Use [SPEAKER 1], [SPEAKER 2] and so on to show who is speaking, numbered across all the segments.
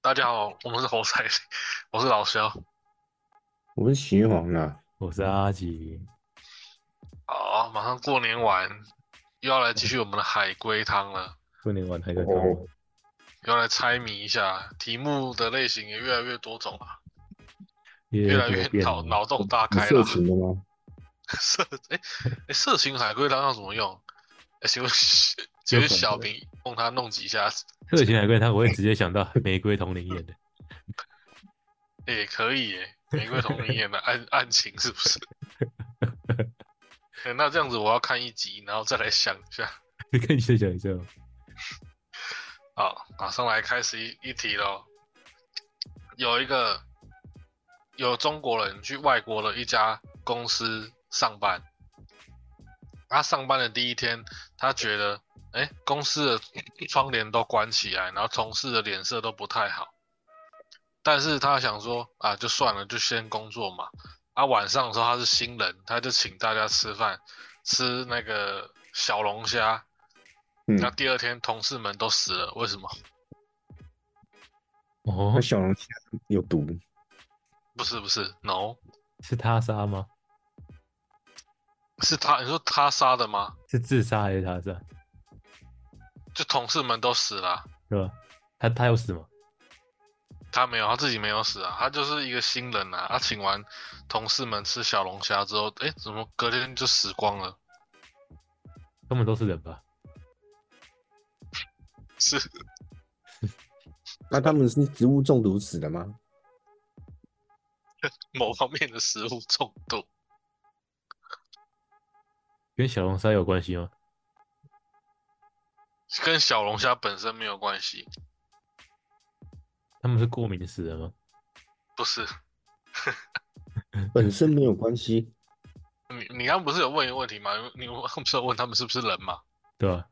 [SPEAKER 1] 大家好，我们是猴赛， 我是老肖。
[SPEAKER 2] 我是徐皇啊，
[SPEAKER 3] 我是阿吉，
[SPEAKER 1] 好，马上过年完，又要来继续我们的海龟汤了，
[SPEAKER 3] 过年玩海龟汤，
[SPEAKER 2] 哦
[SPEAKER 1] 又要来猜谜一下。题目的类型也越来越多种了，
[SPEAKER 3] 越
[SPEAKER 1] 越来越
[SPEAKER 3] 变
[SPEAKER 1] 脑
[SPEAKER 3] 了
[SPEAKER 1] 脑洞大
[SPEAKER 2] 你
[SPEAKER 1] 开
[SPEAKER 2] 色
[SPEAKER 1] 了。哦
[SPEAKER 2] 情的吗？
[SPEAKER 1] 色哎哎，色情海龟汤要怎么用？哎，请问请问小明用它弄几下子？
[SPEAKER 3] 特情海龟汤，我会直接想到玫瑰同 林演的，
[SPEAKER 1] 哎也可以耶，玫瑰同林演的案案情是不是？哎那这样子我要看一集，然后再来想一下。
[SPEAKER 3] 你可以先想一下哦。
[SPEAKER 1] 好，哦马上来开始一一题喽。有一个有中国人去外国的一家公司上班，他上班的第一天，他觉得，哎，公司的窗帘都关起来，然后同事的脸色都不太好。但是他想说，啊，就算了，就先工作嘛。啊，晚上的时候他是新人，他就请大家吃饭，吃那个小龙虾。
[SPEAKER 2] 嗯，
[SPEAKER 1] 那第二天同事们都死了，为什么？
[SPEAKER 3] 哦
[SPEAKER 2] 那，小龙虾有毒，
[SPEAKER 1] 不是不是，no，
[SPEAKER 3] 是他杀吗？
[SPEAKER 1] 是他，你说他杀的吗？
[SPEAKER 3] 是自杀还是他杀？
[SPEAKER 1] 就同事们都死了啊、
[SPEAKER 3] 对吧？他他有死吗？
[SPEAKER 1] 他没有，他自己没有死啊，他就是一个新人啊。他请完同事们吃小龙虾之后，哎，怎么隔天就死光了？
[SPEAKER 3] 根本都是人吧？
[SPEAKER 1] 是
[SPEAKER 2] 那他们是植物中毒死的吗？
[SPEAKER 1] 某方面的食物中毒？
[SPEAKER 3] 跟小龙虾有关系吗？
[SPEAKER 1] 跟小龙虾本身没有关系，
[SPEAKER 3] 他们是过敏死的吗？
[SPEAKER 1] 不是。
[SPEAKER 2] 本身没有关系，
[SPEAKER 1] 你你刚不是有问一个问题吗？你我不是有问他们是不是人吗？
[SPEAKER 3] 对吧？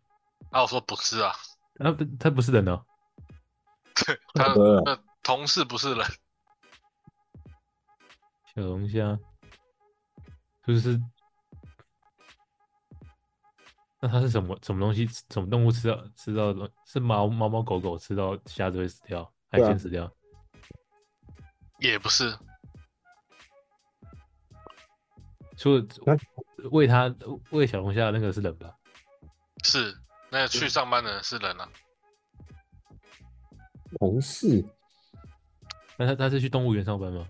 [SPEAKER 1] 啊，我说不是啊，
[SPEAKER 3] 啊，不他不是人哦，
[SPEAKER 1] 对他
[SPEAKER 2] 好的
[SPEAKER 1] 那同事不是人，
[SPEAKER 3] 小龙虾就是，那它是什么什么东西？什么动物吃到吃到的？是猫猫猫狗狗吃到虾子会死掉，海
[SPEAKER 2] 对啊
[SPEAKER 3] 鲜死掉？
[SPEAKER 1] 也不是，
[SPEAKER 3] 除了
[SPEAKER 2] 那
[SPEAKER 3] 喂它喂小龙虾的那个是人吧？
[SPEAKER 1] 是那去上班的人是人啊。
[SPEAKER 2] 同事，
[SPEAKER 3] 那他他是去动物园上班吗？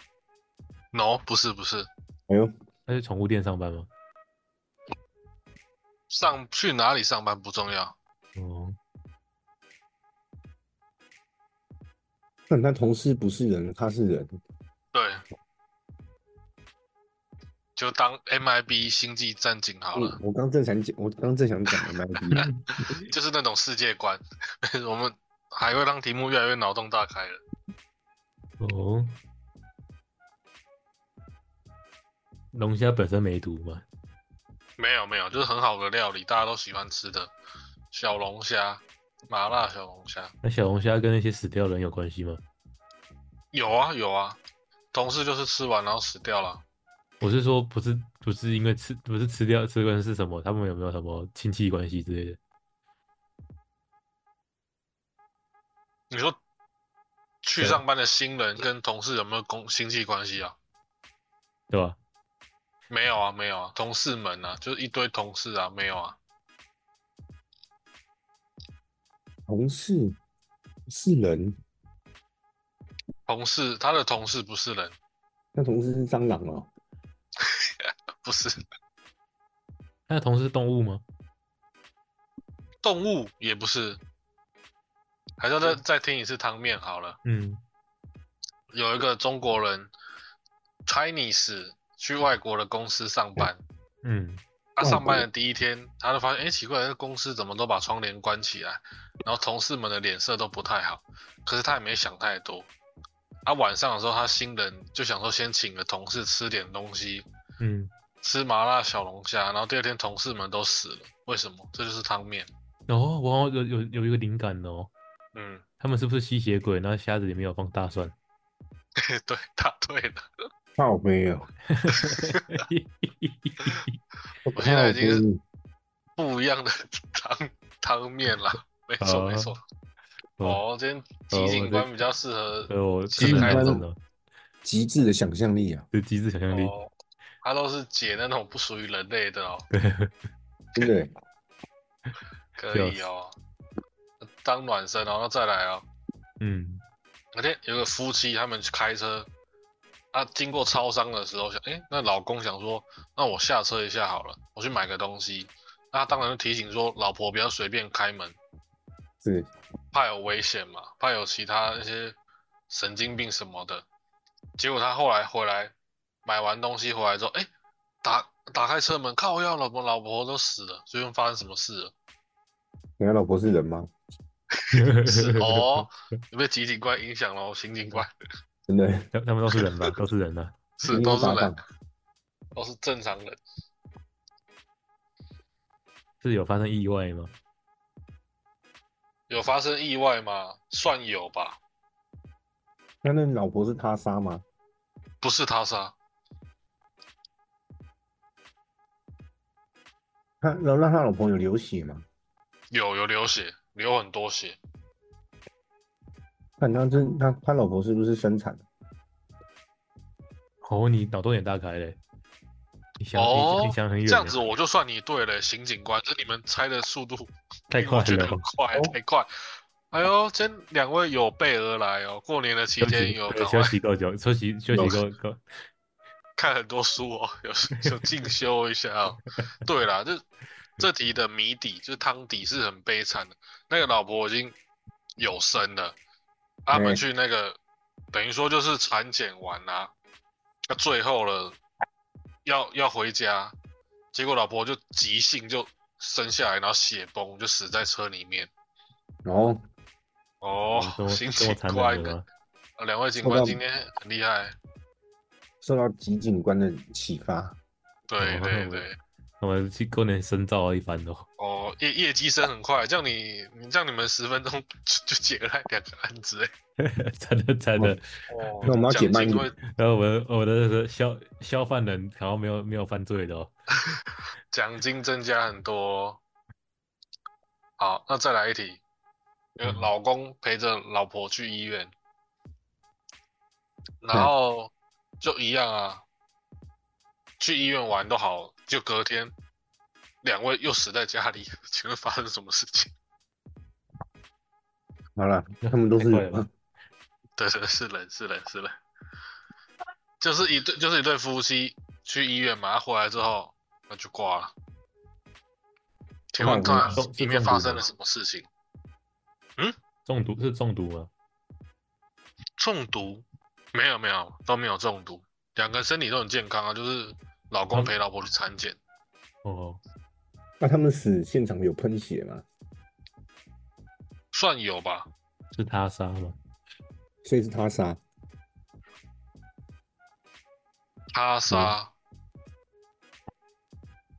[SPEAKER 1] No，不是不是，
[SPEAKER 2] 哎呦，
[SPEAKER 3] 他去宠物店上班吗？
[SPEAKER 1] 上去哪里上班不重要，
[SPEAKER 3] 哦，
[SPEAKER 2] 那他同事不是人，他是人，
[SPEAKER 1] 对，就当 MIB 星际战警好
[SPEAKER 2] 嗯
[SPEAKER 1] 了，
[SPEAKER 2] 我刚正想讲，我刚正想讲的那 一
[SPEAKER 1] 就是那种世界观。我们海龟汤题目越来越脑洞大开了。
[SPEAKER 3] 哦，龙虾本身没毒吗？
[SPEAKER 1] 没有没有，就是很好的料理，大家都喜欢吃的小龙虾、麻辣小龙虾，
[SPEAKER 3] 那小龙虾跟那些死掉的人有关系吗？
[SPEAKER 1] 有啊有啊。同事就是吃完然后死掉了，
[SPEAKER 3] 我是说，不是不是因为吃不是吃掉吃跟是什么？他们有没有什么亲戚关系之类的？
[SPEAKER 1] 你说去
[SPEAKER 3] 对
[SPEAKER 1] 上班的新人跟同事有没有公亲戚关系啊？
[SPEAKER 3] 对吧？
[SPEAKER 1] 没有啊，没有啊，同事们啊，就是一堆同事啊，没有啊，
[SPEAKER 2] 同事是人，
[SPEAKER 1] 同事他的同事不是人，
[SPEAKER 2] 那同事是蟑螂哦，
[SPEAKER 1] 不是
[SPEAKER 3] 他的同事是动物吗？
[SPEAKER 1] 动物，也不是，还是要再再听一次汤面好了。
[SPEAKER 3] 嗯，
[SPEAKER 1] 有一个中国人 Chinese 去外国的公司上班，
[SPEAKER 3] 嗯，
[SPEAKER 1] 他
[SPEAKER 2] 外
[SPEAKER 1] 上班的
[SPEAKER 2] 国
[SPEAKER 1] 第一天，他就发现，哎，奇怪，那公司怎么都把窗帘关起来，然后同事们的脸色都不太好，可是他也没想太多。他、晚上的时候，他新人就想说先请个同事吃点东西，
[SPEAKER 3] 嗯，
[SPEAKER 1] 吃麻辣小龙虾，然后第二天同事们都死了，为什么？这就是汤面。
[SPEAKER 3] 哦，我好像有有有一个灵感哦，
[SPEAKER 1] 嗯，
[SPEAKER 3] 他们是不是吸血鬼？然后虾子里面有放大蒜？
[SPEAKER 1] 对， 答对了。
[SPEAKER 2] 靠背哦，
[SPEAKER 1] 我现在已
[SPEAKER 2] 靠
[SPEAKER 1] 经是
[SPEAKER 2] 背
[SPEAKER 1] 不一样的汤汤面啦，没错
[SPEAKER 3] 好
[SPEAKER 1] 没错。哦，这边
[SPEAKER 3] 哦
[SPEAKER 1] 机警
[SPEAKER 3] 这
[SPEAKER 1] 官比较适合
[SPEAKER 3] 所以我
[SPEAKER 1] 解
[SPEAKER 3] 真的
[SPEAKER 1] 开
[SPEAKER 3] 很
[SPEAKER 1] 这
[SPEAKER 3] 懂
[SPEAKER 2] 种
[SPEAKER 3] 的，
[SPEAKER 2] 极致的想象力啊，
[SPEAKER 3] 这机智想象力，
[SPEAKER 1] 哦，他都是解那种不属于人类的哦，
[SPEAKER 2] 真的欸。
[SPEAKER 1] 可以哦，当暖身哦，然后再来哦。
[SPEAKER 3] 嗯，
[SPEAKER 1] 那天有个夫妻，他们去开车，啊，经过超商的时候想，哎、那老公想说，那我下车一下好了，我去买个东西。那他当然就提醒说，老婆不要随便开门，
[SPEAKER 2] 是，
[SPEAKER 1] 怕有危险嘛，怕有其他那些神经病什么的。结果他后来回来买完东西回来之后，哎、打打开车门，靠要了，我老婆都死了，最近发生什么事了？
[SPEAKER 2] 你家老婆是人吗？
[SPEAKER 1] 是 哦，有被急警官影响了，刑警官
[SPEAKER 2] 真的欸，
[SPEAKER 3] 他他们都是人吧，都是人啊，
[SPEAKER 1] 是
[SPEAKER 2] 你
[SPEAKER 1] 都
[SPEAKER 2] 有
[SPEAKER 1] 是
[SPEAKER 2] 打
[SPEAKER 1] 人
[SPEAKER 2] 扮，
[SPEAKER 1] 都是正常人。
[SPEAKER 3] 是有发生意外吗？
[SPEAKER 1] 有发生意外吗？算有吧，
[SPEAKER 2] 那那你老婆是他杀吗？
[SPEAKER 1] 不是他杀，
[SPEAKER 2] 他然后那他老婆有流血吗？
[SPEAKER 1] 有有流血，流很多血，
[SPEAKER 2] 看他真他他老婆是不是生产的？
[SPEAKER 3] 哦，你脑洞也大开嘞，你想
[SPEAKER 1] 哦
[SPEAKER 3] 你你想很远
[SPEAKER 1] 这
[SPEAKER 3] 耶，
[SPEAKER 1] 样子我就算你对了，刑警官，这你们猜的速度
[SPEAKER 3] 太
[SPEAKER 1] 比
[SPEAKER 3] 快
[SPEAKER 1] 我觉得
[SPEAKER 3] 了
[SPEAKER 1] 很，快，
[SPEAKER 2] 哦
[SPEAKER 1] 太快。哎呦，今两位有备而来哦，过年的期
[SPEAKER 3] 休
[SPEAKER 1] 间
[SPEAKER 3] 息
[SPEAKER 1] 有
[SPEAKER 3] 对
[SPEAKER 1] 赶
[SPEAKER 3] 休
[SPEAKER 1] 快
[SPEAKER 3] 息够久，休息休息够够，
[SPEAKER 1] 看很多书哦， 有有进修一下 哦。对啦，这这题的谜底就是汤底是很悲惨的，那个老婆已经有生了，他们
[SPEAKER 2] 哎
[SPEAKER 1] 去那个、等于说就是产检完啦、那最后了要要回家，结果老婆就急性就生下来，然后血崩就死在车里面。
[SPEAKER 2] 然后
[SPEAKER 1] 哦
[SPEAKER 3] 嗯这，么
[SPEAKER 1] 心
[SPEAKER 3] 这
[SPEAKER 1] 情
[SPEAKER 3] 么残
[SPEAKER 1] 怪
[SPEAKER 3] 忍的
[SPEAKER 1] 的
[SPEAKER 3] 吗？，
[SPEAKER 1] 呃两位警
[SPEAKER 2] 受
[SPEAKER 1] 官
[SPEAKER 2] 到
[SPEAKER 1] 今天很厉害，
[SPEAKER 2] 受到吉警官的启发，
[SPEAKER 1] 对
[SPEAKER 3] 哦
[SPEAKER 1] 对
[SPEAKER 3] 我
[SPEAKER 1] 对。
[SPEAKER 3] 我们去过年深造一番哦，
[SPEAKER 1] 哦，业业绩升很快，这样你你这样你们十分钟 就就解开两个案子哎。
[SPEAKER 3] 真的真的，
[SPEAKER 1] 哦
[SPEAKER 2] 那我们要解慢一点
[SPEAKER 3] 然后我的我的那个消消犯人好像没有没有犯罪的哦，
[SPEAKER 1] 奖金增加很多哦。好，那再来一题，有个
[SPEAKER 3] 嗯
[SPEAKER 1] 老公陪着老婆去医院，然
[SPEAKER 2] 嗯
[SPEAKER 1] 后就一样啊，去医院玩都好，就隔天两位又死在家里，请问发生什么事情？
[SPEAKER 2] 好了，他们都是
[SPEAKER 3] 太快
[SPEAKER 2] 人
[SPEAKER 3] 了
[SPEAKER 2] 吗？
[SPEAKER 1] 对 对是人是人是人，就是一对就是一对夫妻去医院嘛，啊回来之后那就挂了。请问
[SPEAKER 2] 那我
[SPEAKER 1] 看
[SPEAKER 2] 们
[SPEAKER 3] 中
[SPEAKER 1] 里面发生了什么事情？
[SPEAKER 3] 中毒是中毒吗？
[SPEAKER 1] 中毒？没有没有都没有中毒，两个身体都很健康啊，就是老公
[SPEAKER 3] 嗯
[SPEAKER 1] 陪老婆去产检，
[SPEAKER 3] 哦，
[SPEAKER 2] 那他们死现场有喷血吗？
[SPEAKER 1] 算有吧？
[SPEAKER 3] 是他杀吗？
[SPEAKER 2] 所以是他杀，
[SPEAKER 1] 他
[SPEAKER 2] 嗯
[SPEAKER 1] 杀。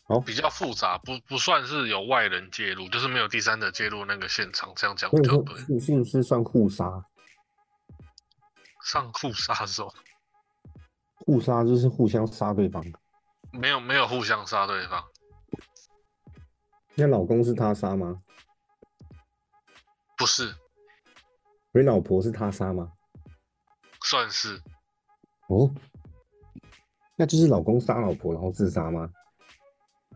[SPEAKER 2] 好
[SPEAKER 1] 比较复杂，不不算是有外人介入，就是没有第三者介入那个现场，这样讲
[SPEAKER 2] 所
[SPEAKER 1] 比
[SPEAKER 2] 以
[SPEAKER 1] 较
[SPEAKER 2] 说
[SPEAKER 1] 对。
[SPEAKER 2] 是是不是算互杀？
[SPEAKER 1] 上酷杀手。
[SPEAKER 2] 互杀就是互相杀对方。
[SPEAKER 1] 没有没有互相杀对方，
[SPEAKER 2] 那老公是他杀吗？
[SPEAKER 1] 不是，
[SPEAKER 2] 所以老婆是他杀吗？
[SPEAKER 1] 算是
[SPEAKER 2] 哦，那就是老公杀老婆然后自杀吗？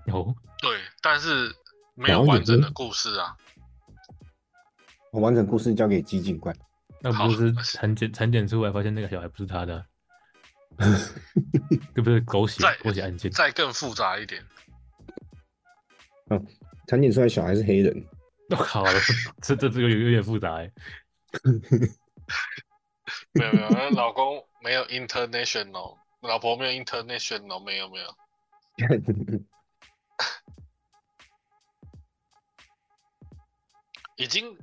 [SPEAKER 3] 哦，
[SPEAKER 1] 对，但是没有完整的故事啊。
[SPEAKER 2] 我哦完整故事交给吉警官。
[SPEAKER 3] 那
[SPEAKER 1] 好
[SPEAKER 3] 不是产检产检出来发现那个小孩不是他的啊， 这不是狗血
[SPEAKER 1] 在
[SPEAKER 3] 狗血案件？
[SPEAKER 1] 再更复杂一点，
[SPEAKER 2] 产检出来小孩是黑人，
[SPEAKER 3] 我靠，这这这个有有点复杂哎，
[SPEAKER 1] 没有没有，那老公没有 international，老婆没有 international，没有没有。已经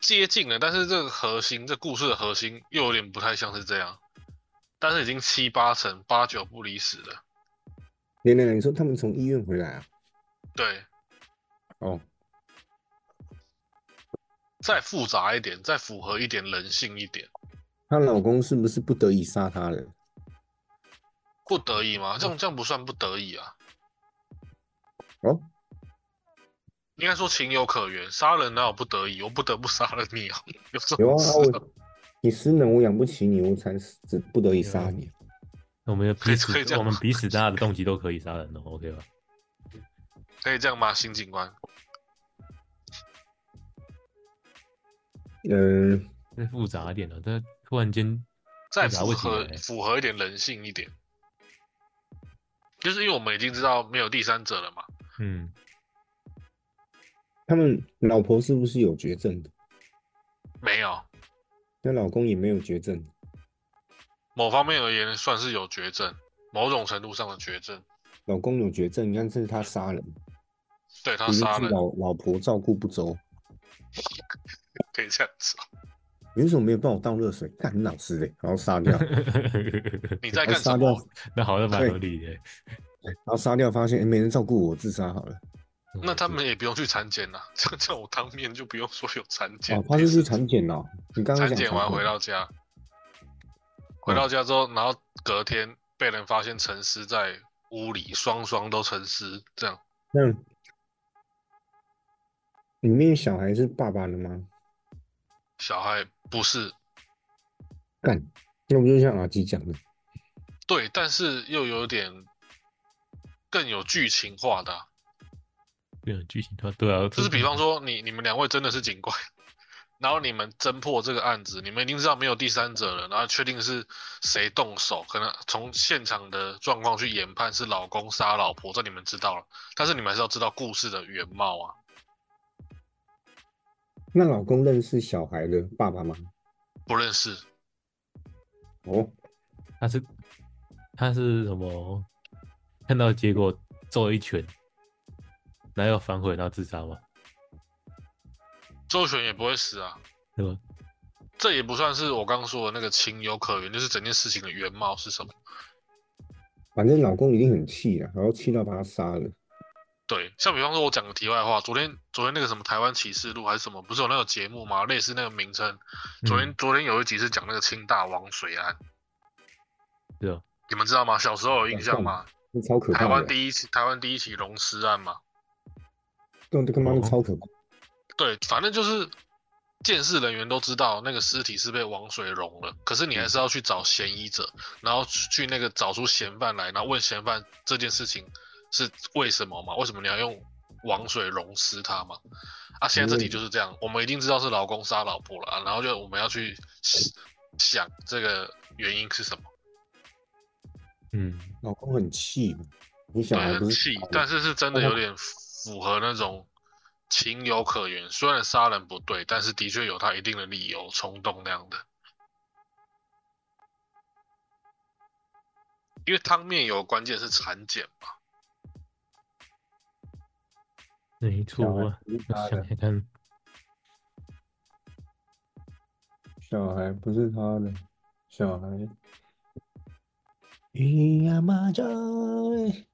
[SPEAKER 1] 接近了，但是这个核心，这故事的核心又有点不太像是这样，但是已经七八成、八九不离十了。
[SPEAKER 2] 连连，你说他们从医院回来啊？
[SPEAKER 1] 对，
[SPEAKER 2] 哦，
[SPEAKER 1] 再复杂一点，再符合一点人性一点，
[SPEAKER 2] 她老公是不是不得已杀她的？
[SPEAKER 1] 不得
[SPEAKER 2] 哦
[SPEAKER 1] 已吗？这样这样不算不得已啊。
[SPEAKER 2] 哦，
[SPEAKER 1] 应该说情有可原，杀人哪有不得已？我不得不杀了你啊！ 有这
[SPEAKER 2] 有
[SPEAKER 1] 种
[SPEAKER 2] 啊，
[SPEAKER 1] 事啊
[SPEAKER 2] 啊我你失能，我养不起你，我才只不得已杀你。
[SPEAKER 3] 我们
[SPEAKER 1] 可
[SPEAKER 3] 彼
[SPEAKER 1] 以可以这
[SPEAKER 3] 此，
[SPEAKER 1] 样
[SPEAKER 3] 我们
[SPEAKER 1] 吗
[SPEAKER 3] 彼此大家的动机都可以杀人哦，OK 吧？
[SPEAKER 1] 可以这样吗，新警官？啊
[SPEAKER 2] 嗯，
[SPEAKER 3] 再复杂一点了，但突然间
[SPEAKER 1] 再
[SPEAKER 3] 复杂
[SPEAKER 1] 符
[SPEAKER 3] 问题
[SPEAKER 1] 合
[SPEAKER 3] 来了
[SPEAKER 1] 符合一点人性一点，就是因为我们已经知道没有第三者了嘛。
[SPEAKER 3] 嗯，
[SPEAKER 2] 他们老婆是不是有绝症的？
[SPEAKER 1] 没有，
[SPEAKER 2] 那老公也没有绝症，
[SPEAKER 1] 某方面而言算是有绝症，某种程度上的绝症。
[SPEAKER 2] 老公有绝症，你看这是他杀人，
[SPEAKER 1] 对他
[SPEAKER 2] 一定是
[SPEAKER 1] 杀人
[SPEAKER 2] 老老婆照顾不周。
[SPEAKER 1] 可以这样子哦。
[SPEAKER 2] 你为什么没有帮我倒热水？干你老师嘞，然后 杀掉，然
[SPEAKER 1] 你在
[SPEAKER 2] 后
[SPEAKER 1] 干什
[SPEAKER 2] 杀掉，
[SPEAKER 1] 么？
[SPEAKER 2] 然
[SPEAKER 3] 那好像蛮
[SPEAKER 2] 对
[SPEAKER 3] 合理的。
[SPEAKER 2] 后杀掉，发现哎、诶没人照顾我，自杀好了。
[SPEAKER 1] 那他
[SPEAKER 3] 哦
[SPEAKER 1] 们也不用去产检呐、这叫我当面就不用说有产检。
[SPEAKER 2] 哦，他是去产检哦。你刚
[SPEAKER 1] 产
[SPEAKER 2] 刚讲
[SPEAKER 1] 检完回到家，
[SPEAKER 2] 嗯
[SPEAKER 1] 回到家之后，然后隔天被人发现沉尸在屋里，双双都沉尸，这样
[SPEAKER 2] 那里面小孩是爸爸的吗？
[SPEAKER 1] 小孩不是
[SPEAKER 2] 干，那不就像阿基讲的，
[SPEAKER 1] 对，但是又有点更有剧情化的啊、
[SPEAKER 3] 对啊剧情对啊对啊，
[SPEAKER 1] 就是比方
[SPEAKER 2] 嗯
[SPEAKER 1] 说你你们两位真的是警官， 然后你们侦破这个案子，你们已经知道没有第三者了，然后确定是谁动手，可能从现场的状况去研判是老公杀老婆，这你们知道了，但是你们还是要知道故事的原貌啊。
[SPEAKER 2] 那老公认识小孩的爸爸吗？
[SPEAKER 1] 不认识，
[SPEAKER 2] 哦，
[SPEAKER 3] 他是他是什么？看到结果揍了一拳，然后又反悔，然后自杀嘛，
[SPEAKER 1] 周旋也不会死啊，
[SPEAKER 3] 对吧？
[SPEAKER 1] 这也不算是我刚刚说的那个情有可原，就是整件事情的原貌是什么。
[SPEAKER 2] 反正老公一定很气啊，然后气到把他杀了。
[SPEAKER 1] 对，像比方说，我讲个题外话，昨天昨天那个什么台湾启示录还是什么，不是有那个节目吗？类似那个名称。昨天、
[SPEAKER 3] 嗯
[SPEAKER 1] 昨天有一集是讲那个清大王水案，
[SPEAKER 3] 对啊，
[SPEAKER 1] 你们知道吗？小时候有印象吗？
[SPEAKER 2] 那超可
[SPEAKER 1] 台
[SPEAKER 2] 怕
[SPEAKER 1] 湾
[SPEAKER 2] 的啊，
[SPEAKER 1] 第一起台湾第一起溶尸案嘛。
[SPEAKER 2] 对，这个妈的
[SPEAKER 3] 哦
[SPEAKER 2] 超可怕。
[SPEAKER 1] 对，反正就是见识人员都知道那个尸体是被王水溶了，可是你还是要去找嫌疑者，然后去去那个找出嫌犯来，然后问嫌犯这件事情是为什么嘛？为什么你要用王水溶尸他嘛？啊，现在这题就是这样，我们一定知道是老公杀老婆了、啊，然后就我们要去想这个原因是什么。
[SPEAKER 3] 嗯，
[SPEAKER 2] 老公很气嘛，你小
[SPEAKER 1] 对，
[SPEAKER 2] 孩不
[SPEAKER 1] 很
[SPEAKER 2] 是
[SPEAKER 1] 气
[SPEAKER 2] 小孩，
[SPEAKER 1] 但是是真的
[SPEAKER 2] 哦
[SPEAKER 1] 有点符合那种情有可原。虽然杀人不对，但是的确有他一定的理由，冲动那样的。因为汤面有关键是产检嘛，
[SPEAKER 3] 没
[SPEAKER 2] 小
[SPEAKER 3] 错
[SPEAKER 2] 孩
[SPEAKER 3] 啊。
[SPEAKER 2] 不是他的
[SPEAKER 3] 我想，想看，
[SPEAKER 2] 小孩不是他的，小孩。咿呀嘛叫哎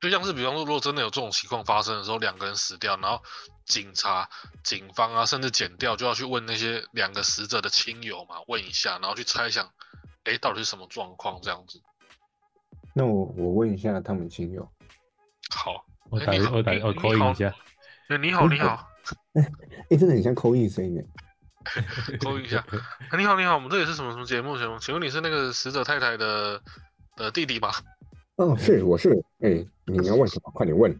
[SPEAKER 1] 就像是比方说，如果真的有这种情况发生的时候，两个人死掉，然后警察、警方啊，甚至检调就要去问那些两个死者的亲友嘛，问一下，然后去猜想，哎，到底是什么状况这样子。
[SPEAKER 2] 那我我问一下他们亲友，
[SPEAKER 1] 好，
[SPEAKER 3] 我
[SPEAKER 1] 哎
[SPEAKER 3] 打
[SPEAKER 1] 你好
[SPEAKER 3] 我打
[SPEAKER 1] 你
[SPEAKER 3] 我
[SPEAKER 1] 你
[SPEAKER 3] call in
[SPEAKER 1] 好
[SPEAKER 3] 一下，
[SPEAKER 1] 哎，你好，你好。
[SPEAKER 2] 哎，真的很像口音声音耶。
[SPEAKER 1] 勾一 下。
[SPEAKER 3] 嗯
[SPEAKER 1] 啊你好，你好，我们这里是什么什么节目？请问，请问你是那个死者太太的的弟弟吗？
[SPEAKER 2] 哦，是我是哎，你要问什么？快点问。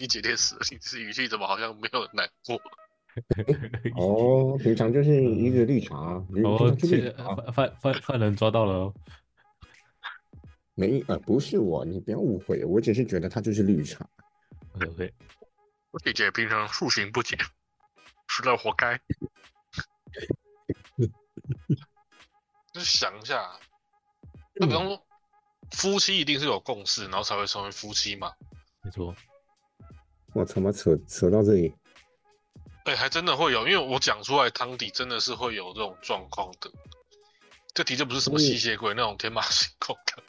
[SPEAKER 1] 你姐姐死了，你这语气怎么好像没有很难过？
[SPEAKER 2] 哎 哦，平常就是一个绿茶，你平
[SPEAKER 3] 哦，
[SPEAKER 2] 常就
[SPEAKER 3] 这
[SPEAKER 2] 绿茶，
[SPEAKER 3] 犯犯犯犯人抓到了哦，
[SPEAKER 2] 没呃不是我，你不要误会，我只是觉得他就是绿茶。
[SPEAKER 3] OK OK，
[SPEAKER 1] 我姐姐平常素行不检，实在活该。 就是想一下，那比方说，夫妻一定是有共识，然后才会成为夫妻嘛。
[SPEAKER 3] 没错，
[SPEAKER 2] 我他妈扯扯到这里，
[SPEAKER 1] 哎、还真的会有，因为我讲出来，汤底真的是会有这种状况的。这题就不是什么
[SPEAKER 2] 嗯
[SPEAKER 1] 吸血鬼那种天马行空的。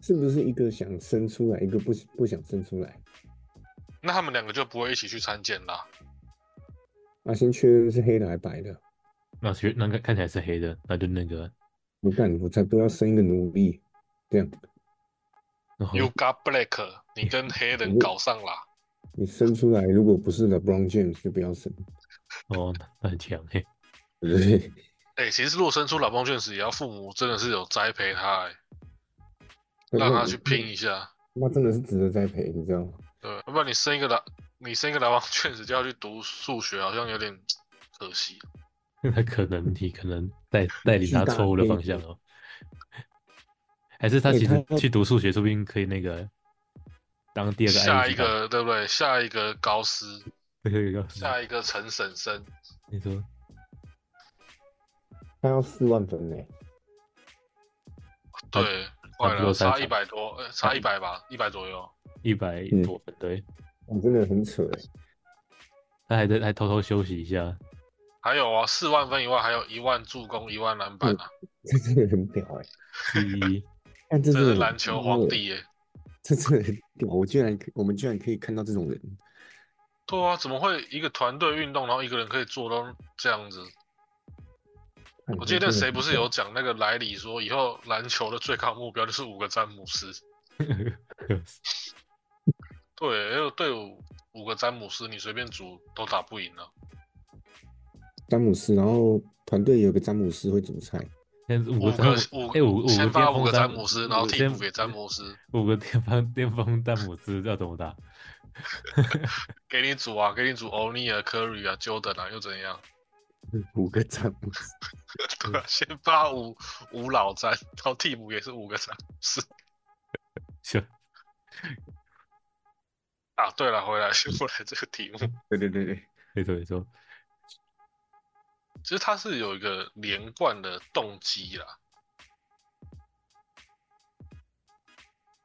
[SPEAKER 2] 是不是一个想生出来，一个不不想生出来？
[SPEAKER 1] 那他们两个就不会一起去参检啦。
[SPEAKER 2] 啊，先确认是黑的还白的。
[SPEAKER 3] 那学那看看起来是黑的，那就那个，
[SPEAKER 2] 你看，我才不要生一个奴隶，这样。
[SPEAKER 3] 然后哦
[SPEAKER 1] You got black，你跟黑人搞上啦，
[SPEAKER 2] 你生出来如果不是 LeBron James 就不要生，
[SPEAKER 3] 哦，那很强嘿，
[SPEAKER 2] 对不对？
[SPEAKER 1] 哎、其实如果生出老棒卷时，也要父母真的是有栽培他、欸，让他去拼一下，
[SPEAKER 2] 那真的是值得栽培，你知道吗？
[SPEAKER 1] 对，要不然你生一个老，你生一个老棒卷时就要去读数学，好像有点可惜。
[SPEAKER 3] 那可能你可能带 带领
[SPEAKER 2] 巨
[SPEAKER 3] 他
[SPEAKER 2] 大
[SPEAKER 3] 错误的
[SPEAKER 2] 偏
[SPEAKER 3] 方
[SPEAKER 2] 见
[SPEAKER 3] 向哦，还是他
[SPEAKER 2] 哎
[SPEAKER 3] 其实
[SPEAKER 2] 他
[SPEAKER 3] 去读数学，说不定可以那个当第二个啊
[SPEAKER 1] 下
[SPEAKER 3] ING
[SPEAKER 1] 一个对不对？下一个高斯，
[SPEAKER 3] 党， 对对对，
[SPEAKER 1] 下一个陈婶婶，
[SPEAKER 3] 你说
[SPEAKER 2] 他要四万分呢、
[SPEAKER 1] 对，
[SPEAKER 3] 差
[SPEAKER 1] 快
[SPEAKER 3] 不多
[SPEAKER 1] 了，
[SPEAKER 3] 三
[SPEAKER 1] 差
[SPEAKER 3] 场
[SPEAKER 1] 一百多，呃差一百吧，一百左右。
[SPEAKER 3] 一百
[SPEAKER 2] 嗯
[SPEAKER 3] 多分，对，
[SPEAKER 2] 我真的很扯哎、
[SPEAKER 3] 他还在还偷偷休息一下，
[SPEAKER 1] 还有啊，四万分以外还有一万助攻，一万篮板
[SPEAKER 3] 嗯
[SPEAKER 1] 啊，
[SPEAKER 2] 这真的很屌哎、
[SPEAKER 3] 之一
[SPEAKER 2] 但这
[SPEAKER 1] 这
[SPEAKER 2] 真的
[SPEAKER 1] 是
[SPEAKER 2] 很
[SPEAKER 1] 篮球
[SPEAKER 2] 屌
[SPEAKER 1] 皇
[SPEAKER 2] 欸，
[SPEAKER 1] 帝耶、
[SPEAKER 3] 嗯
[SPEAKER 2] 这真的很屌！我居然可，我们居然可以看到这种人，
[SPEAKER 1] 对啊，怎么会一个团队运动，然后一个人可以做到这样子？我记
[SPEAKER 3] 嗯
[SPEAKER 1] 得那谁不是有讲那个莱里说，以后篮球的最高目标就是五个詹姆斯。对，因为队伍五个詹姆斯，你随便组都打不赢啊了。
[SPEAKER 2] 詹姆斯，然后团队有个詹姆斯会煮菜，
[SPEAKER 3] 现在五
[SPEAKER 1] 五
[SPEAKER 3] 个詹
[SPEAKER 1] 个
[SPEAKER 3] 姆
[SPEAKER 1] 五
[SPEAKER 3] 哎五五
[SPEAKER 1] 先发
[SPEAKER 3] 巅
[SPEAKER 1] 五
[SPEAKER 3] 峰
[SPEAKER 1] 个
[SPEAKER 3] 詹
[SPEAKER 1] 詹姆斯，然后
[SPEAKER 3] 五个
[SPEAKER 1] 替
[SPEAKER 3] 巅
[SPEAKER 1] 补给詹姆斯，
[SPEAKER 3] 五个巅峰巅峰詹姆斯要怎么打？
[SPEAKER 1] 给你组啊，给你组欧尼尔、科瑞啊、Jordan 啊，又怎样？
[SPEAKER 2] 五个詹姆斯，
[SPEAKER 1] 对啊，
[SPEAKER 2] 嗯
[SPEAKER 1] 先发五五老詹，然后替补也是五个詹姆斯
[SPEAKER 3] 行，
[SPEAKER 1] 啊。对了，回来先回来这个题目，
[SPEAKER 2] 对对对对，
[SPEAKER 3] 没错没错，
[SPEAKER 1] 其实它是有一个连贯的动机啦。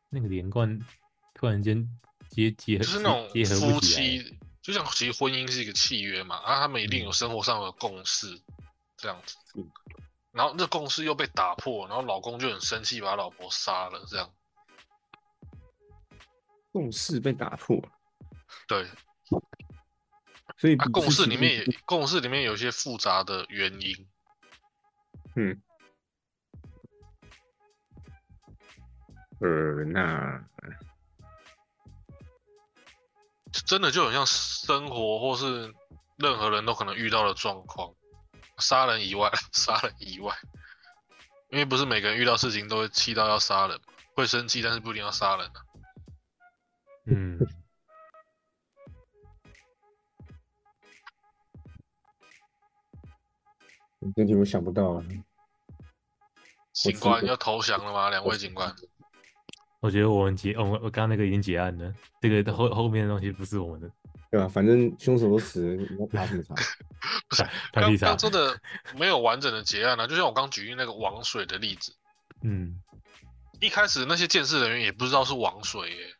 [SPEAKER 3] 那个连贯突然间结结合
[SPEAKER 1] 就是那种
[SPEAKER 3] 结合不
[SPEAKER 1] 夫
[SPEAKER 3] 起来
[SPEAKER 1] 妻，就像其实婚姻是一个契约嘛，啊，他们一定有生活上的共识，这样子
[SPEAKER 2] 嗯。
[SPEAKER 1] 然后那共识又被打破，然后老公就很生气，把老婆杀了，这样。
[SPEAKER 2] 共识被打破，
[SPEAKER 1] 对，
[SPEAKER 2] 所以
[SPEAKER 1] 啊，
[SPEAKER 2] 不
[SPEAKER 1] 共
[SPEAKER 2] 嗯是
[SPEAKER 1] 识
[SPEAKER 2] 其
[SPEAKER 1] 里
[SPEAKER 2] 实
[SPEAKER 1] 面也共识里面有一些复杂的原因。
[SPEAKER 2] 嗯，呃，那
[SPEAKER 1] 真的就很像生活或是任何人都可能遇到的状况，杀人以外， 杀人以外，因为不是每个人遇到事情都会气到要杀人嘛，会生气，但是不一定要杀人啊、
[SPEAKER 3] 嗯，
[SPEAKER 2] 这题我想不到啊，
[SPEAKER 1] 警
[SPEAKER 2] 知
[SPEAKER 1] 官
[SPEAKER 2] 道
[SPEAKER 1] 要投降了吗？两位警官，
[SPEAKER 3] 我觉得我们结，我们我刚刚那个已经结案了，这个后后面的东西不是我们的，
[SPEAKER 2] 对吧？反正凶手都死了，你要查 什么查？
[SPEAKER 3] 太
[SPEAKER 1] 刚
[SPEAKER 3] 丽莎
[SPEAKER 1] 刚，真的没有完整的结案啊，就像我刚举例那个王水的例子，
[SPEAKER 3] 嗯，
[SPEAKER 1] 一开始那些监视人员也不知道是王水耶、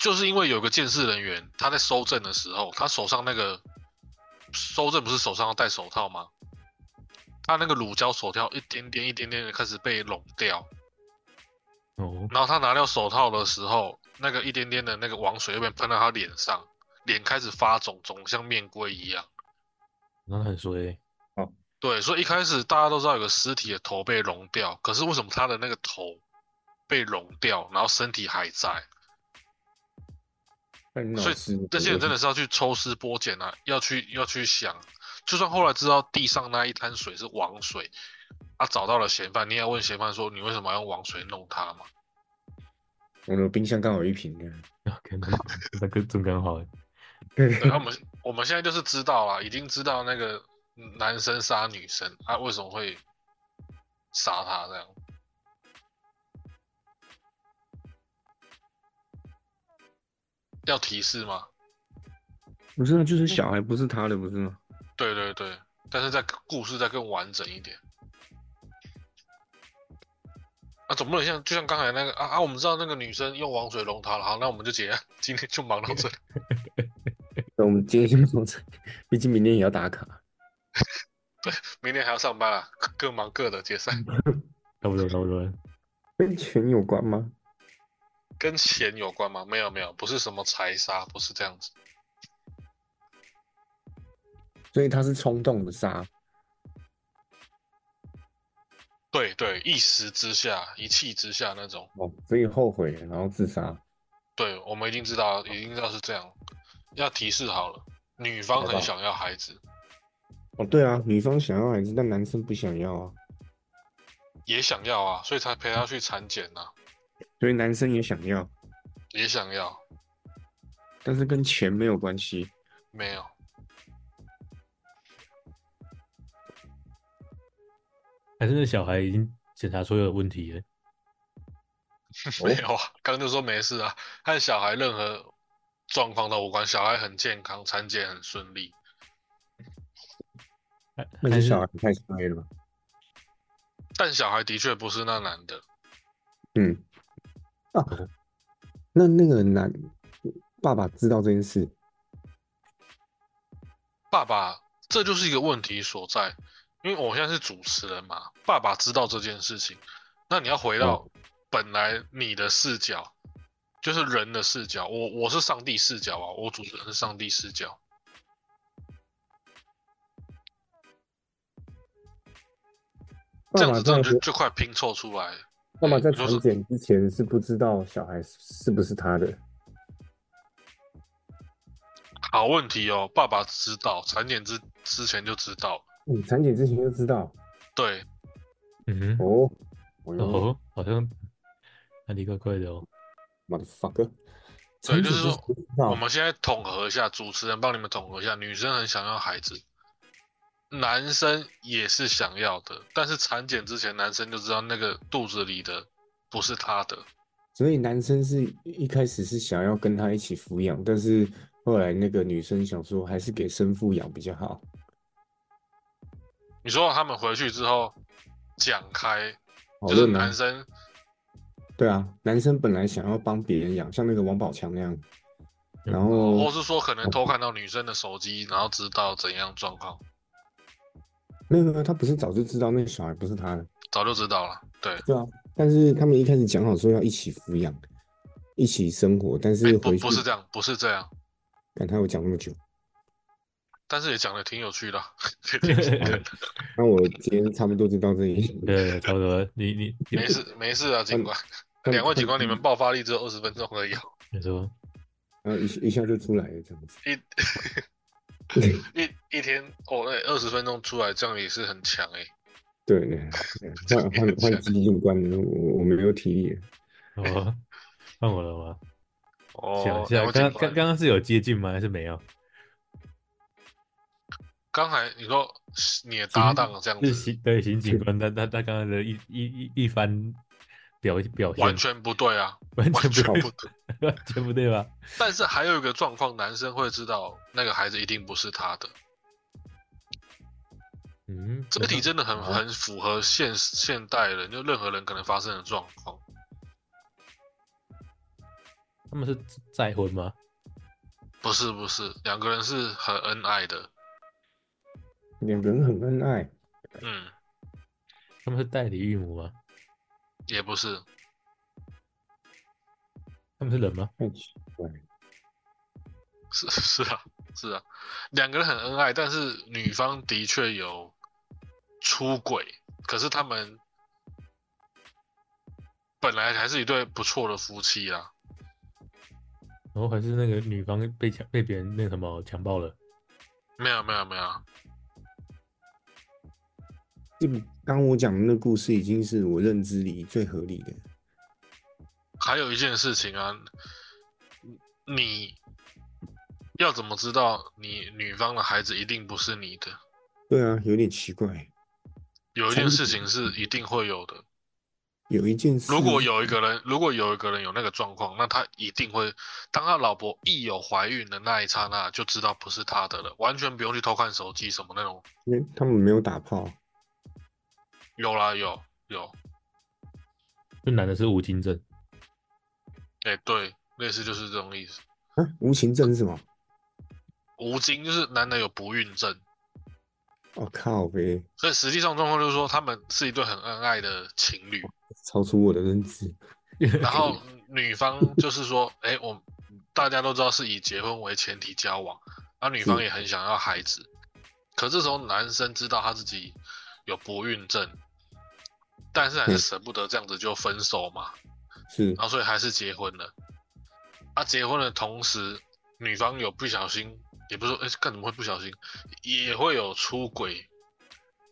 [SPEAKER 1] 就是因为有个监视人员他在收证的时候，他手上那个收证不是手上要戴手套吗？他那个乳胶手套一点点一点点的开始被拢掉，
[SPEAKER 3] 哦，
[SPEAKER 1] 然后他拿掉手套的时候，那个一点点的那个王水又被喷到他脸上，脸开始发肿，肿得像面龟一样。
[SPEAKER 3] 那很衰欸，
[SPEAKER 1] 对，所以一开始大家都知道有个尸体的头被融掉，可是为什么他的那个头被融掉，然后身体还在？所以这些人真的是要去抽丝剥茧啊，要去要去想。就算后来知道地上那一滩水是王水，啊，找到了嫌犯，你也要问嫌犯说你为什么要用王水弄他嘛？
[SPEAKER 2] 我的冰箱刚好有一瓶呢。
[SPEAKER 3] 啊，可能 那个真刚好欸，
[SPEAKER 1] 对，啊我们我们现在就是知道啦，已经知道那个男生杀女生，啊，为什么会杀他这样？要提示吗？
[SPEAKER 2] 不是啊，就是小孩，不是他的，不是吗？
[SPEAKER 1] 对对对，但是在故事再更完整一点。啊，总不能像就像刚才那个啊啊，我们知道那个女生用王水龙他了，好，那我们就结案，今天就忙到这里。
[SPEAKER 2] 那我们今天先说这， 毕竟明天也要打卡。
[SPEAKER 1] 明天还要上班啊，各各忙各的，解散。
[SPEAKER 3] 差不多差不多了，
[SPEAKER 2] 跟钱有关吗？
[SPEAKER 1] 跟钱有关吗？没有没有，不是什么财杀，不是这样子。
[SPEAKER 2] 所以他是冲动的杀，
[SPEAKER 1] 对对，一时之下，一气之下那种。
[SPEAKER 2] 哦，所以后悔，然后自杀。
[SPEAKER 1] 对，我们已经知道，已经知道是这样，要提示好了。女方
[SPEAKER 2] 好吧
[SPEAKER 1] 很想要孩子，
[SPEAKER 2] 哦，对啊，女方想要孩子，但男生不想要啊，
[SPEAKER 1] 也想要啊，所以才陪她去产检呐、啊，
[SPEAKER 2] 所以男生也想要，
[SPEAKER 1] 也想要，
[SPEAKER 2] 但是跟钱没有关系。
[SPEAKER 1] 没有，
[SPEAKER 3] 还是那小孩已经检查出有问题了，
[SPEAKER 2] 哦
[SPEAKER 1] 没有啊， 刚刚就说没事啊，和小孩任何状况都无关，小孩很健康，产检很顺利，
[SPEAKER 3] 还
[SPEAKER 2] 那
[SPEAKER 3] 还
[SPEAKER 2] 是
[SPEAKER 3] 是
[SPEAKER 2] 小孩太衰了。
[SPEAKER 1] 但小孩的确不是那男的，
[SPEAKER 2] 嗯，啊，那那个男爸爸知道这件事，
[SPEAKER 1] 爸爸，这就是一个问题所在，因为我现在是主持人嘛，爸爸知道这件事情，那你要回到本来你的视角，就是人的视角，我我是上帝视角啊，我主持人是上帝视角，这样子
[SPEAKER 2] 爸
[SPEAKER 1] 真
[SPEAKER 2] 爸
[SPEAKER 1] 的
[SPEAKER 2] 在
[SPEAKER 1] 就就快拼凑出来了，
[SPEAKER 2] 爸爸在
[SPEAKER 1] 你说
[SPEAKER 2] 产
[SPEAKER 1] 是
[SPEAKER 2] 检之前是不知道小孩是是不是他的，
[SPEAKER 1] 好问题哦，爸爸知道，产检之之前就知道，
[SPEAKER 2] 嗯，产检之前就知道
[SPEAKER 1] 对，
[SPEAKER 3] 嗯哼，
[SPEAKER 2] 哦。我哟
[SPEAKER 3] 哦，好像哪里怪怪的哦。
[SPEAKER 2] ，motherfucker，
[SPEAKER 1] 对
[SPEAKER 2] 产
[SPEAKER 1] 就是
[SPEAKER 2] 检之
[SPEAKER 1] 说
[SPEAKER 2] 前就知道
[SPEAKER 1] 我们现在统合一下，主持人帮你们统合一下，女生很想要孩子，男生也是想要的，但是产检之前男生就知道那个肚子里的不是他的，
[SPEAKER 2] 所以男生是一开始是想要跟他一起抚养，但是后来那个女生想说还是给生父养比较好。
[SPEAKER 1] 你说他们回去之后讲开，
[SPEAKER 2] 讨
[SPEAKER 1] 就是
[SPEAKER 2] 论吗
[SPEAKER 1] 男生
[SPEAKER 2] 对啊，男生本来想要帮别人养，像那个王宝强那样，
[SPEAKER 3] 嗯
[SPEAKER 2] 然
[SPEAKER 1] 或
[SPEAKER 2] 后
[SPEAKER 1] 是说可能偷看到女生的手机，然后知道怎样状况，
[SPEAKER 2] 没有没有，他不是早就知道那个小孩不是他的，
[SPEAKER 1] 早就知道了。对，
[SPEAKER 2] 对啊，但是他们一开始讲好说要一起抚养，一起生活，但
[SPEAKER 1] 哎
[SPEAKER 2] 是
[SPEAKER 1] 不
[SPEAKER 2] 回去
[SPEAKER 1] 不是这样，不是这样，
[SPEAKER 2] 看他有讲那么久，
[SPEAKER 1] 但是也讲的挺有 趣的 啊，对
[SPEAKER 2] 那我今天差不多就到这里。
[SPEAKER 3] 对，差不多了。你你你
[SPEAKER 1] 没事没事啊，警官，
[SPEAKER 2] 嗯
[SPEAKER 1] 两位警官，你们爆发力只有二十分钟而已啊。
[SPEAKER 3] 你说，
[SPEAKER 2] 然后一一下就出来了这样子，
[SPEAKER 1] 一一一天哦，那二十分钟出来，这样也是很强哎、
[SPEAKER 2] 对对，对换换换基金关，我我没有体力了。
[SPEAKER 3] 哦，换我了吗？想
[SPEAKER 1] 哦
[SPEAKER 3] 一下，
[SPEAKER 1] 我
[SPEAKER 3] 刚刚刚刚是有接近吗？还是没有？
[SPEAKER 1] 刚才你说你的搭档这样
[SPEAKER 3] 是
[SPEAKER 1] 子
[SPEAKER 3] 刑对刑警官，他他他刚刚的一一一一番表表现
[SPEAKER 1] 完全不对啊，
[SPEAKER 3] 完
[SPEAKER 1] 完全
[SPEAKER 3] 全
[SPEAKER 1] 不
[SPEAKER 3] 不
[SPEAKER 1] 对。
[SPEAKER 3] 对，完全不对吧？
[SPEAKER 1] 但是还有一个状况，男生会知道那个孩子一定不是他的，
[SPEAKER 3] 嗯，
[SPEAKER 1] 这题真的很
[SPEAKER 2] 哦
[SPEAKER 1] 很符合现现代人，就任何人可能发生的状况。
[SPEAKER 3] 他们是再婚吗？
[SPEAKER 1] 不是不是，两个人是很恩爱的，
[SPEAKER 2] 两个人很恩爱，
[SPEAKER 1] 嗯，
[SPEAKER 3] 他们是代理孕母吗？
[SPEAKER 1] 也不是，
[SPEAKER 3] 他们是人吗？
[SPEAKER 2] 太奇怪了。
[SPEAKER 1] 是 是啊，是啊，两个人很恩爱，但是女方的确有出轨，可是他们本来还是一对不错的夫妻啦。
[SPEAKER 3] 然后还是那个女方被强被别人那个什么强暴了？
[SPEAKER 1] 没有没有没有，
[SPEAKER 2] 这个刚我讲的那故事已经是我认知里最合理的。
[SPEAKER 1] 还有一件事情啊，你要怎么知道你女方的孩子一定不是你的？
[SPEAKER 2] 对啊，有点奇怪。
[SPEAKER 1] 有一件
[SPEAKER 2] 产
[SPEAKER 1] 事情是一定会有的，
[SPEAKER 2] 有一件事，
[SPEAKER 1] 如果有一个人，如果有一个人有那个状况，那他一定会，当他老婆一有怀孕的那一刹那，就知道不是他的了，完全不用去偷看手机什么那种。
[SPEAKER 2] 因为哎他们没有打炮，
[SPEAKER 1] 有啦，有有，
[SPEAKER 3] 这男的是无精症，
[SPEAKER 1] 哎、对，类似就是这种意思。
[SPEAKER 2] 啊，无情症是什么？
[SPEAKER 1] 无精就是男的有不孕症，
[SPEAKER 2] 我、哦靠呗，
[SPEAKER 1] 所以实际上状况就是说，他们是一对很恩爱的情侣，
[SPEAKER 2] 超出我的认知。啊
[SPEAKER 1] 然后女方就是说，哎、我大家都知道是以结婚为前提交往，而、女方
[SPEAKER 2] 是
[SPEAKER 1] 也很想要孩子，可这时候男生知道他自己有不孕症，但是还是
[SPEAKER 2] 嗯
[SPEAKER 1] 舍不得这样子就分手嘛，
[SPEAKER 2] 是
[SPEAKER 1] 然后所以还是结婚了。啊，结婚的同时，女方有不小心，也不是说哎，干、怎么会不小心，也会有出轨，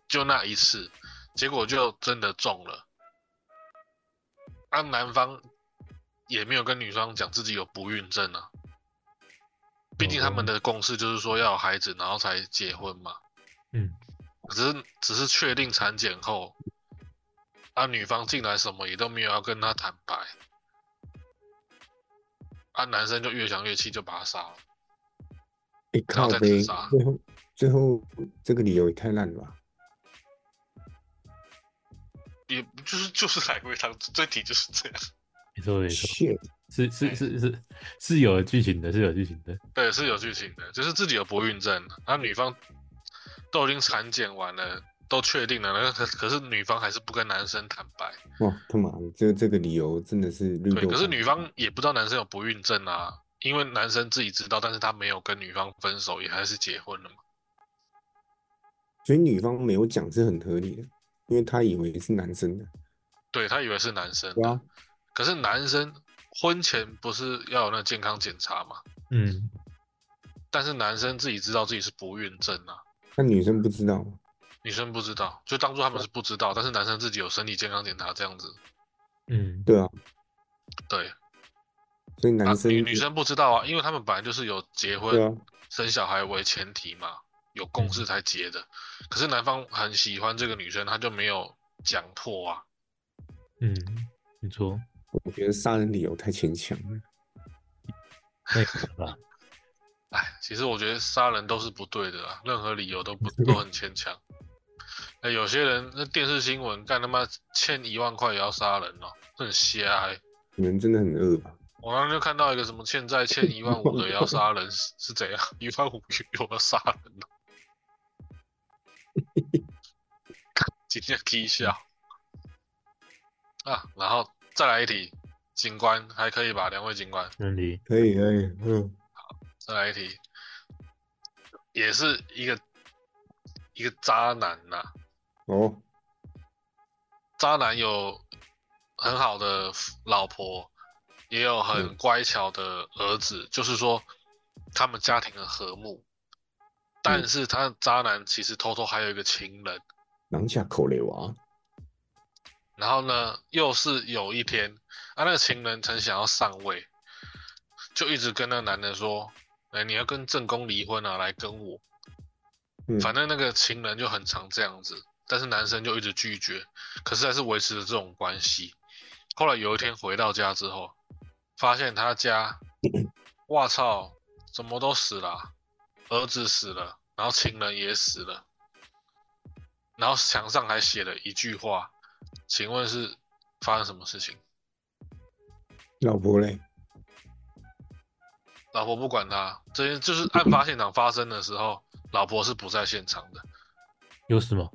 [SPEAKER 1] 就那一次，结果就真的中了。啊，男方也没有跟女方讲自己有不孕症啊，毕竟他们的共识就是说要有孩子，然后才结婚嘛。
[SPEAKER 3] 嗯，
[SPEAKER 1] 只是只是确定产检后，啊，女方进来什么也都没有要跟他坦白，啊，男生就越想越气，就把他杀了。
[SPEAKER 2] 哎、
[SPEAKER 1] 然
[SPEAKER 2] 靠
[SPEAKER 1] 后再
[SPEAKER 2] 背，
[SPEAKER 1] 自杀
[SPEAKER 2] 最后最后这个理由也太烂了吧？
[SPEAKER 1] 也就是就是来回汤，这题就是这样。
[SPEAKER 3] 没错没错，
[SPEAKER 2] shit，
[SPEAKER 3] 是是 是是是有剧情的，是有剧情的。
[SPEAKER 1] 对，是有剧情的，就是自己有不孕症，啊，女方都已经产检完了，都确定了，那可可是女方还是不跟男生坦白。
[SPEAKER 2] 哇他妈的，这这个理由真的是绿
[SPEAKER 1] 对，
[SPEAKER 2] 豆。
[SPEAKER 1] 可是女方也不知道男生有不孕症啊，因为男生自己知道，但是他没有跟女方分手，也还是结婚了嘛。
[SPEAKER 2] 所以女方没有讲是很合理的，因为她以为是男生的。
[SPEAKER 1] 对他以为是男生
[SPEAKER 2] 对
[SPEAKER 1] 的，
[SPEAKER 2] 啊，
[SPEAKER 1] 可是男生婚前不是要有那个健康检查嘛？
[SPEAKER 3] 嗯，
[SPEAKER 1] 但是男生自己知道自己是不孕症啊，
[SPEAKER 2] 那女生不知道吗？
[SPEAKER 1] 女生不知道，就当做他们是不知道，但是男生自己有身体健康检查这样子。
[SPEAKER 3] 嗯，
[SPEAKER 2] 对啊，
[SPEAKER 1] 对，
[SPEAKER 2] 所以
[SPEAKER 1] 啊
[SPEAKER 2] 男生、
[SPEAKER 1] 女女生不知道啊，因为他们本来就是有结
[SPEAKER 2] 对
[SPEAKER 1] 婚、
[SPEAKER 2] 啊，嗯
[SPEAKER 1] 生小孩为前提嘛，有共识才结的。可是男方很喜欢这个女生，他就没有讲破啊。
[SPEAKER 3] 嗯，没错，
[SPEAKER 2] 我觉得杀人理由太牵强了。
[SPEAKER 3] 那也好吧，
[SPEAKER 1] 哎，其实我觉得杀人都是不对的啦，任何理由都不都很牵强。哎，有些人那电视新闻干他妈欠一万块也要杀人哦，这很瞎哎、
[SPEAKER 2] 你们真的很饿吧？
[SPEAKER 1] 我刚刚就看到一个什么欠债欠一万五的也要杀人，是是怎样？一万五有要杀人哦了、今天踢笑啊！然后再来一题，警官还可以吧？两位警官，
[SPEAKER 3] 没问题。
[SPEAKER 2] 可以可以，嗯，
[SPEAKER 1] 再来一题，也是一个一个渣男呐、
[SPEAKER 2] 哦，
[SPEAKER 1] 渣男有很好的老婆，也有很乖巧的儿子，就是说他们家庭很和睦。但是他渣男其实偷偷还有一个情人，
[SPEAKER 2] 狼下口雷娃，
[SPEAKER 1] 然后呢，又是有一天，啊，那个情人曾想要上位，就一直跟那个男的说：“哎、你要跟正宫离婚啊，来跟我。”
[SPEAKER 2] 嗯，
[SPEAKER 1] 反正那个情人就很常这样子，但是男生就一直拒绝，可是还是维持着这种关系。后来有一天回到家之后，发现他家，哇操，怎么都死了啊、儿子死了，然后情人也死了，然后墙上还写了一句话，请问是发生什么事情？
[SPEAKER 2] 老婆嘞，
[SPEAKER 1] 老婆不管他，这些就是案发现场发生的时候，老婆是不在现场的，
[SPEAKER 3] 有什么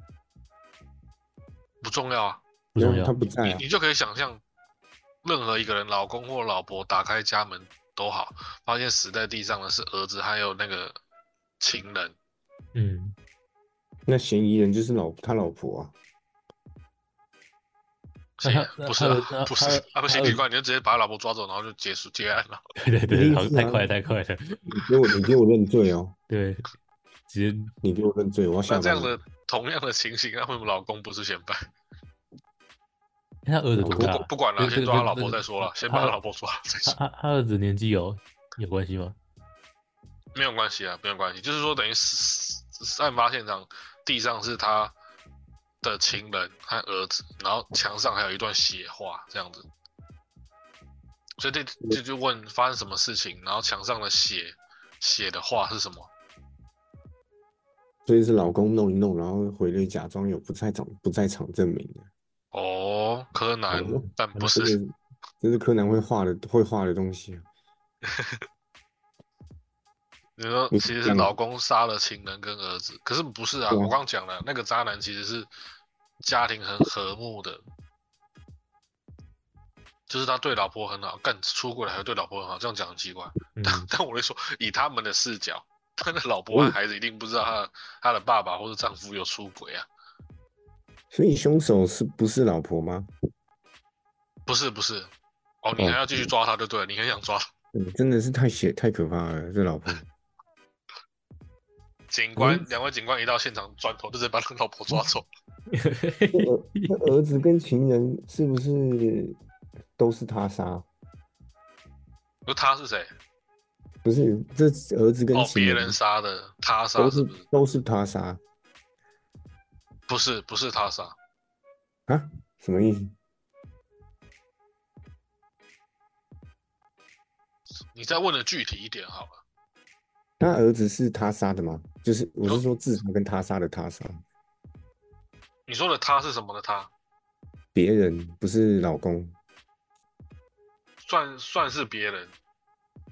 [SPEAKER 1] 不重要啊。
[SPEAKER 3] 不重
[SPEAKER 2] 然后她
[SPEAKER 3] 要？
[SPEAKER 2] 不在啊
[SPEAKER 1] 你，你就可以想象，任何一个人，老公或老婆打开家门都好，发现死在地上的是儿子，还有那个情人。
[SPEAKER 3] 嗯，
[SPEAKER 2] 那嫌疑人就是老他老婆啊，
[SPEAKER 3] 那他那
[SPEAKER 1] 不是
[SPEAKER 3] 他
[SPEAKER 1] 啊
[SPEAKER 3] 儿那，
[SPEAKER 1] 不是
[SPEAKER 3] 他儿
[SPEAKER 1] 啊，不行，
[SPEAKER 3] 他儿
[SPEAKER 1] 警官，你就直接把他老婆抓走，然后就结束结案了。
[SPEAKER 3] 对对
[SPEAKER 2] 一
[SPEAKER 3] 对，
[SPEAKER 2] 定
[SPEAKER 3] 好，
[SPEAKER 2] 是
[SPEAKER 3] 太
[SPEAKER 2] 啊
[SPEAKER 3] 快太快了，
[SPEAKER 2] 你给我你给我认罪哦，
[SPEAKER 3] 对，直接
[SPEAKER 2] 你给我认罪，我要
[SPEAKER 1] 那
[SPEAKER 2] 下
[SPEAKER 1] 这
[SPEAKER 2] 班
[SPEAKER 1] 样
[SPEAKER 2] 了。
[SPEAKER 1] 的同样的情形，那为什么老公不是嫌犯？
[SPEAKER 3] 他儿子多
[SPEAKER 1] 不
[SPEAKER 3] 大
[SPEAKER 1] 管
[SPEAKER 3] 啊？
[SPEAKER 1] 不管了，
[SPEAKER 3] 这
[SPEAKER 1] 先
[SPEAKER 3] 这
[SPEAKER 1] 抓他
[SPEAKER 3] 这
[SPEAKER 1] 老
[SPEAKER 3] 这
[SPEAKER 1] 婆
[SPEAKER 3] 个
[SPEAKER 1] 再说了，先
[SPEAKER 3] 他
[SPEAKER 1] 把他老婆抓了再
[SPEAKER 3] 他
[SPEAKER 1] 说，
[SPEAKER 3] 他他儿子年纪有有关系吗？
[SPEAKER 1] 没有关系啊，没有关系，就是说等于死死案发现场地上是他的情人和儿子，然后墙上还有一段血画这样子。所以这这就问发生什么事情，然后墙上的血写的话是什么？
[SPEAKER 2] 所以是老公弄一弄，然后回来假装有不在场不在场证明的，
[SPEAKER 1] 哦，柯南
[SPEAKER 2] 哦，
[SPEAKER 1] 但不
[SPEAKER 2] 这
[SPEAKER 1] 是。
[SPEAKER 2] 个这是柯南会画的会画的东西啊。
[SPEAKER 1] 你说
[SPEAKER 2] 你
[SPEAKER 1] 其实是
[SPEAKER 2] 讲
[SPEAKER 1] 老公杀了情人跟儿子，可是不是啊？
[SPEAKER 2] 对啊
[SPEAKER 1] 我刚讲了，那个渣男其实是家庭很和睦的，就是他对老婆很好，干出轨了还会对老婆很好，这样讲很奇怪。
[SPEAKER 3] 嗯，
[SPEAKER 1] 但但我就说，以他们的视角，他的老婆和
[SPEAKER 2] 嗯
[SPEAKER 1] 孩子一定不知道他的他的爸爸或者丈夫有出轨啊？
[SPEAKER 2] 所以凶手是不是老婆吗？哦
[SPEAKER 1] 不是不是，哦，你还要继续抓他就对了，你很想抓他，
[SPEAKER 2] 嗯真的是太邪太可怕了，这老 婆。
[SPEAKER 1] 警官、
[SPEAKER 2] 嗯
[SPEAKER 1] 两位警官一到现场，转头就直接把他老婆抓走。
[SPEAKER 2] 这儿这儿子跟情人是不是都是他杀？
[SPEAKER 1] 就他是谁？
[SPEAKER 2] 不是，这儿子跟
[SPEAKER 1] 哦，
[SPEAKER 2] 情
[SPEAKER 1] 别
[SPEAKER 2] 人
[SPEAKER 1] 人杀的，他杀
[SPEAKER 2] 都
[SPEAKER 1] 是
[SPEAKER 2] 是
[SPEAKER 1] 不是？
[SPEAKER 2] 都是他杀
[SPEAKER 1] 不是，不是他杀。
[SPEAKER 2] 啊？什么意思？
[SPEAKER 1] 你再问的具体一点好了。
[SPEAKER 2] 他儿子是他杀的吗？就是我是说自杀跟他杀的他杀，
[SPEAKER 1] 你说的他是什么的他？
[SPEAKER 2] 别人不是老公，
[SPEAKER 1] 算算是别人，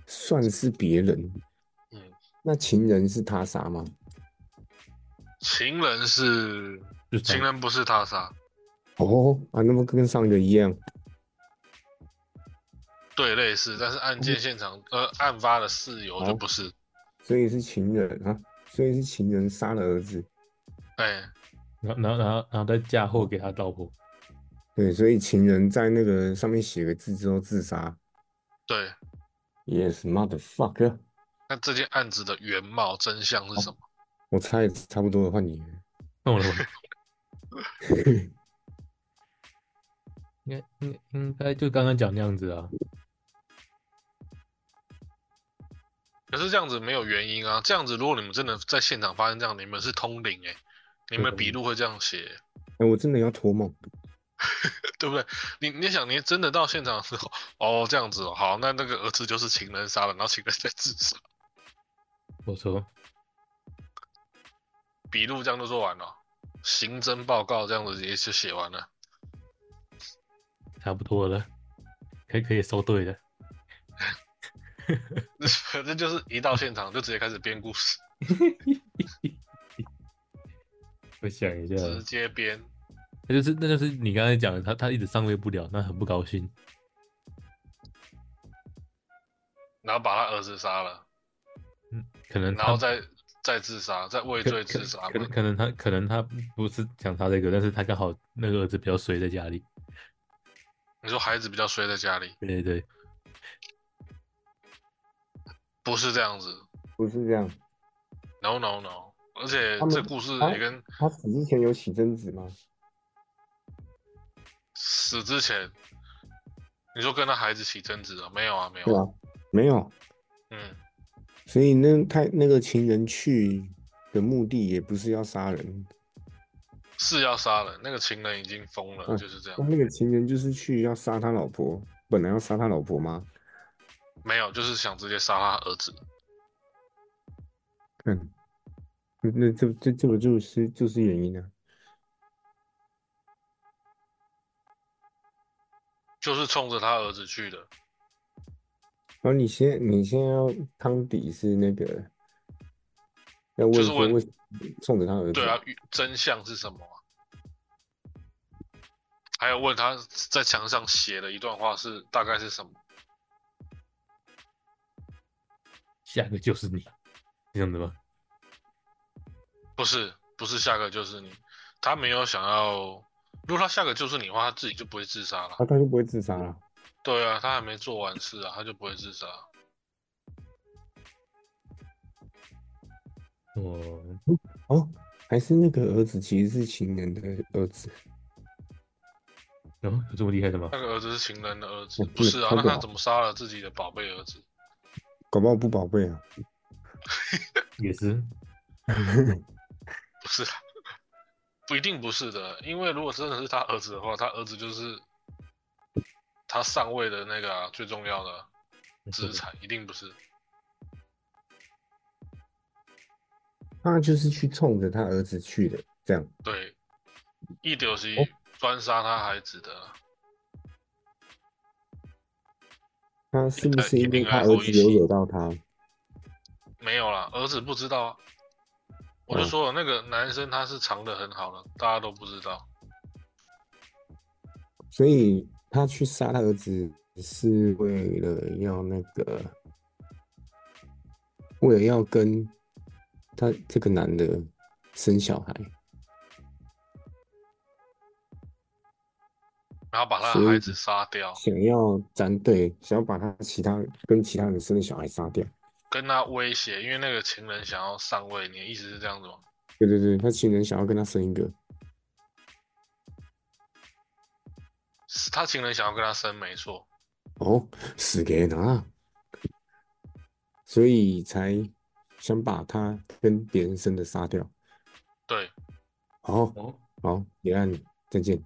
[SPEAKER 2] 算是别人。
[SPEAKER 1] 嗯，
[SPEAKER 2] 那情人是他杀吗？
[SPEAKER 1] 情人是
[SPEAKER 3] 就是
[SPEAKER 1] 情人，不是他杀。
[SPEAKER 2] 哦啊，那么跟上一个一样，
[SPEAKER 1] 对，类似，但是案件现场，呃，案发的事由就不是。
[SPEAKER 2] 所以是情人啊，所以是情人杀了儿子。
[SPEAKER 1] 哎、
[SPEAKER 3] 然后然后然后然后再嫁祸给他老婆，
[SPEAKER 2] 对，所以情人在那个上面写个字之后自杀。
[SPEAKER 1] 对，
[SPEAKER 2] Yes, motherfucker。
[SPEAKER 1] 那这件案子的原貌真相是什么？
[SPEAKER 2] 我猜差不多了，换你了。
[SPEAKER 3] 那我来问 应该应该应该就刚刚讲那样子啊，
[SPEAKER 1] 可是这样子没有原因啊！这样子，如果你们真的在现场发生这样，你们是通灵哎、你们的笔录会这样写、
[SPEAKER 2] 哎、我真的要托梦。
[SPEAKER 1] 对不对？你你想，你真的到现场的时候，哦，这样子哦，好，那那个儿子就是情人杀了，然后情人再自杀，
[SPEAKER 3] 我说
[SPEAKER 1] 笔录这样就做完了，刑侦报告这样子也就写完了。
[SPEAKER 3] 差不多了，可以可以收队了。
[SPEAKER 1] 反正就是一到现场就直接开始编故事，
[SPEAKER 3] 我想一下，
[SPEAKER 1] 直接编。
[SPEAKER 3] 那就是那就是你刚才讲的，他他一直上位不了，那很不高兴。
[SPEAKER 1] 然后把他儿子杀了，
[SPEAKER 3] 可能
[SPEAKER 1] 然
[SPEAKER 3] 他
[SPEAKER 1] 后再再自杀，再畏罪自杀
[SPEAKER 3] 可能
[SPEAKER 1] 嘛。
[SPEAKER 3] 可能他可能他不是想他这个，但是他刚好那个儿子比较衰在家里，
[SPEAKER 1] 你说孩子比较衰在家里，
[SPEAKER 3] 对对对，
[SPEAKER 1] 不是这样子
[SPEAKER 2] 不是这样，
[SPEAKER 1] ，no no no。而且
[SPEAKER 2] 他们
[SPEAKER 1] 这故事也跟
[SPEAKER 2] 他死之前有起争执吗？
[SPEAKER 1] 死之前，你说跟他孩子起争执啊？没有啊，没
[SPEAKER 2] 对
[SPEAKER 1] 有啊。
[SPEAKER 2] 吧？没有，
[SPEAKER 3] 啊
[SPEAKER 1] 嗯，
[SPEAKER 2] 所以那他那个情人去的目的也不是要杀人，
[SPEAKER 1] 是要杀人，那个情人已经疯了，
[SPEAKER 2] 嗯
[SPEAKER 1] 就是这
[SPEAKER 2] 他
[SPEAKER 1] 样。
[SPEAKER 2] 那个情人就是去要杀他老婆，本来要杀他老婆吗？
[SPEAKER 1] 没有，就是想直接杀他儿子。
[SPEAKER 2] 嗯，那这这这个就是就是原因啊。
[SPEAKER 1] 就是冲着他儿子去的，
[SPEAKER 2] 然后你先你先要汤底是那个要问
[SPEAKER 1] 就是
[SPEAKER 2] 说
[SPEAKER 1] 问
[SPEAKER 2] 为什么冲着他儿子，
[SPEAKER 1] 对啊，真相是什么啊、还有问他在墙上写的一段话是大概是什么？
[SPEAKER 3] 下一个就是你，这样子吗？
[SPEAKER 1] 不是，不是下个就是你，他没有想要。如果他下个就是你的话，他自己就不会自杀了
[SPEAKER 2] 啊他。他就不会自杀了。
[SPEAKER 1] 对啊，他还没做完事啊，他就不会自杀。
[SPEAKER 3] 哦，
[SPEAKER 2] 哦，还是那个儿子其实是情人的儿子，
[SPEAKER 3] 然、后有这么厉害的吗
[SPEAKER 1] 那？个儿子是情人的儿子，
[SPEAKER 2] 哦
[SPEAKER 1] 不是啊？那
[SPEAKER 2] 对他不
[SPEAKER 1] 他
[SPEAKER 2] 好
[SPEAKER 1] 怎么杀了自己的宝贝儿子？
[SPEAKER 2] 搞不好不宝贝啊。
[SPEAKER 3] 也是，
[SPEAKER 1] 不是啊，不一定不是的，因为如果真的是他儿子的话，他儿子就是他上位的那个啊、最重要的资产，一定不是。
[SPEAKER 2] 他就是去冲着他儿子去的，这样。
[SPEAKER 1] 对，一丢是
[SPEAKER 2] 哦
[SPEAKER 1] 专杀他孩子的啊，
[SPEAKER 2] 他是不
[SPEAKER 1] 呃
[SPEAKER 2] 是
[SPEAKER 1] 一
[SPEAKER 2] 因为
[SPEAKER 1] 定
[SPEAKER 2] 他
[SPEAKER 1] 爱
[SPEAKER 2] 儿
[SPEAKER 1] 护
[SPEAKER 2] 子
[SPEAKER 1] 一
[SPEAKER 2] 有
[SPEAKER 1] 起
[SPEAKER 2] 惹到他？
[SPEAKER 1] 没有啦，儿子不知道啊。我就
[SPEAKER 2] 哦
[SPEAKER 1] 说了，那个男生他是藏的很好的，大家都不知道。
[SPEAKER 2] 所以他去杀他儿子是为了要那个，为了要跟他这个男的生小孩。
[SPEAKER 1] 然后把他
[SPEAKER 2] 所
[SPEAKER 1] 的
[SPEAKER 2] 以
[SPEAKER 1] 孩子杀掉，
[SPEAKER 2] 想要咱对，想要把他其他跟其他人生的小孩杀掉。
[SPEAKER 1] 跟他威胁，因为那个情人想要上位，你的意思是这样子吗？
[SPEAKER 2] 对对对，他情人想要跟他生一个，
[SPEAKER 1] 是他情人想要跟他生，没错，
[SPEAKER 2] 哦，死给拿，所以才想把他跟别人生的杀掉。
[SPEAKER 1] 对，
[SPEAKER 2] 好
[SPEAKER 3] 哦，
[SPEAKER 2] 好，结案，再见。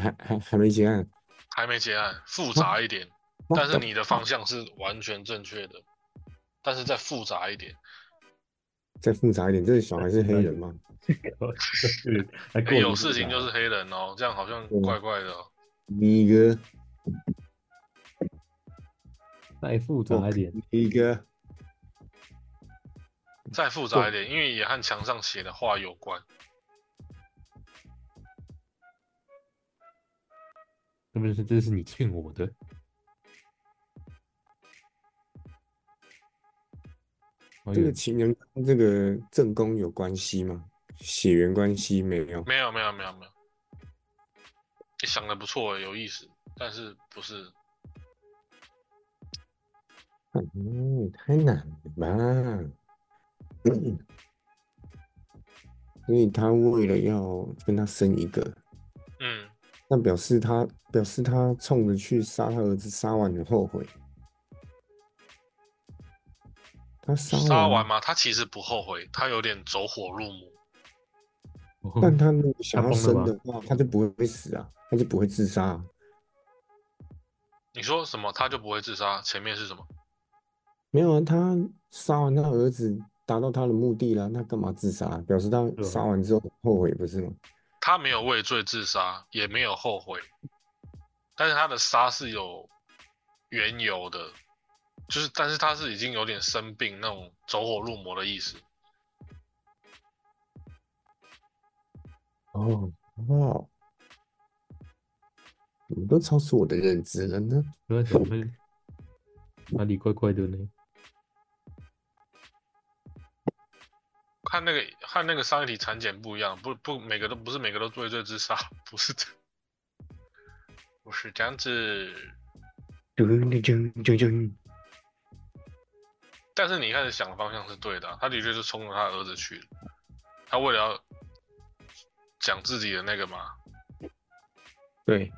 [SPEAKER 2] 还还还没结案，啊
[SPEAKER 1] 还没结案，复杂一
[SPEAKER 2] 哦
[SPEAKER 1] 点，
[SPEAKER 2] What
[SPEAKER 1] 但是
[SPEAKER 2] the
[SPEAKER 1] 你的方向是完全正确的，但是再复杂一点，
[SPEAKER 2] 再复杂一点，这个小孩是黑人吗？
[SPEAKER 3] 还
[SPEAKER 1] 哎
[SPEAKER 3] 过
[SPEAKER 1] 有
[SPEAKER 3] 敏
[SPEAKER 1] 事情
[SPEAKER 3] 啊
[SPEAKER 1] 就是黑人哦，这样好像
[SPEAKER 2] 嗯
[SPEAKER 1] 怪怪的、哦。
[SPEAKER 2] 你个
[SPEAKER 3] 再复杂一点，
[SPEAKER 2] 一个，
[SPEAKER 1] 再复杂一点，因为也和墙上写的话有关。
[SPEAKER 3] 是不是？这是你欠我的。哎
[SPEAKER 2] 这
[SPEAKER 3] 呦
[SPEAKER 2] 个情人跟这个正宫有关系吗？血缘关系没有？
[SPEAKER 1] 没有没有没有没有，你想的不错，有意思，但是不是
[SPEAKER 2] 嗯，太难了吧？所以他为了要跟他生一个，
[SPEAKER 1] 嗯，
[SPEAKER 2] 那表示他表示他冲着去杀他儿子，杀完很后悔。他杀
[SPEAKER 1] 杀
[SPEAKER 2] 完
[SPEAKER 1] 完，嘛，他其实不后悔，他有点走火入魔。
[SPEAKER 3] 哦
[SPEAKER 2] 但他如果想
[SPEAKER 3] 他
[SPEAKER 2] 要
[SPEAKER 3] 疯了
[SPEAKER 2] 生
[SPEAKER 3] 吧
[SPEAKER 2] 的话，他就不会死啊，他就不会自杀啊。
[SPEAKER 1] 你说什么他就不会自杀？前面是什么？
[SPEAKER 2] 没有啊，他杀完他儿子，达到他的目的了，那干嘛自杀？表示他
[SPEAKER 3] 对啊
[SPEAKER 2] 杀完之后很后悔，不是吗？
[SPEAKER 1] 他没有畏罪自杀，也没有后悔，但是他的杀是有缘由的，就是但是他是已经有点生病那种走火入魔的意思。
[SPEAKER 2] 哦，哦，怎么都超出我的认知了呢？
[SPEAKER 3] 对啊，怎么会哪里怪怪的呢？
[SPEAKER 1] 看那个和那个上一题产检不一样，不不每个都不是每个都畏罪自杀，不是这，不是这样子。
[SPEAKER 2] 噔噔噔噔，
[SPEAKER 1] 但是你一开始想的方向是对的啊、他的确是冲着他儿子去的，他为了要讲自己的那个嘛，
[SPEAKER 2] 对，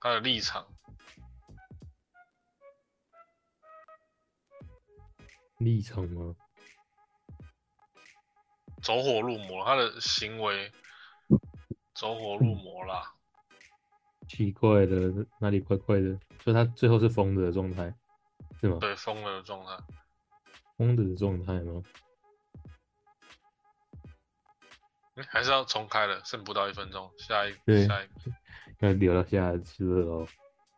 [SPEAKER 1] 他的立场。
[SPEAKER 3] 立场吗？
[SPEAKER 1] 走火入魔，他的行为走火入魔啦。
[SPEAKER 3] 奇怪的，哪里怪怪的？所以他最后是疯的状态，是吗？
[SPEAKER 1] 对，疯了的状态。
[SPEAKER 3] 疯的状态吗？
[SPEAKER 1] 嗯还是要重开了，剩不到一分钟，下一
[SPEAKER 3] 对
[SPEAKER 1] 下一
[SPEAKER 3] 要留到下次喽。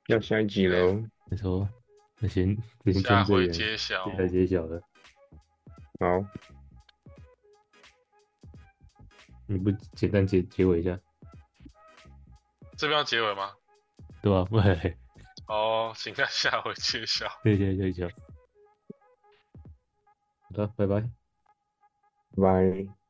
[SPEAKER 2] 要下一集喽。
[SPEAKER 3] 你说那先先先
[SPEAKER 1] 下
[SPEAKER 3] 这
[SPEAKER 1] 回
[SPEAKER 3] 样，
[SPEAKER 1] 揭晓。
[SPEAKER 3] 下回揭晓了。
[SPEAKER 2] 好，
[SPEAKER 3] 你不简单结结尾一下，
[SPEAKER 1] 这边要结尾吗？
[SPEAKER 3] 对吧、不然嘞，
[SPEAKER 1] 哦，请看下回揭晓。
[SPEAKER 3] 对对对对。好的，拜拜。
[SPEAKER 2] 拜拜。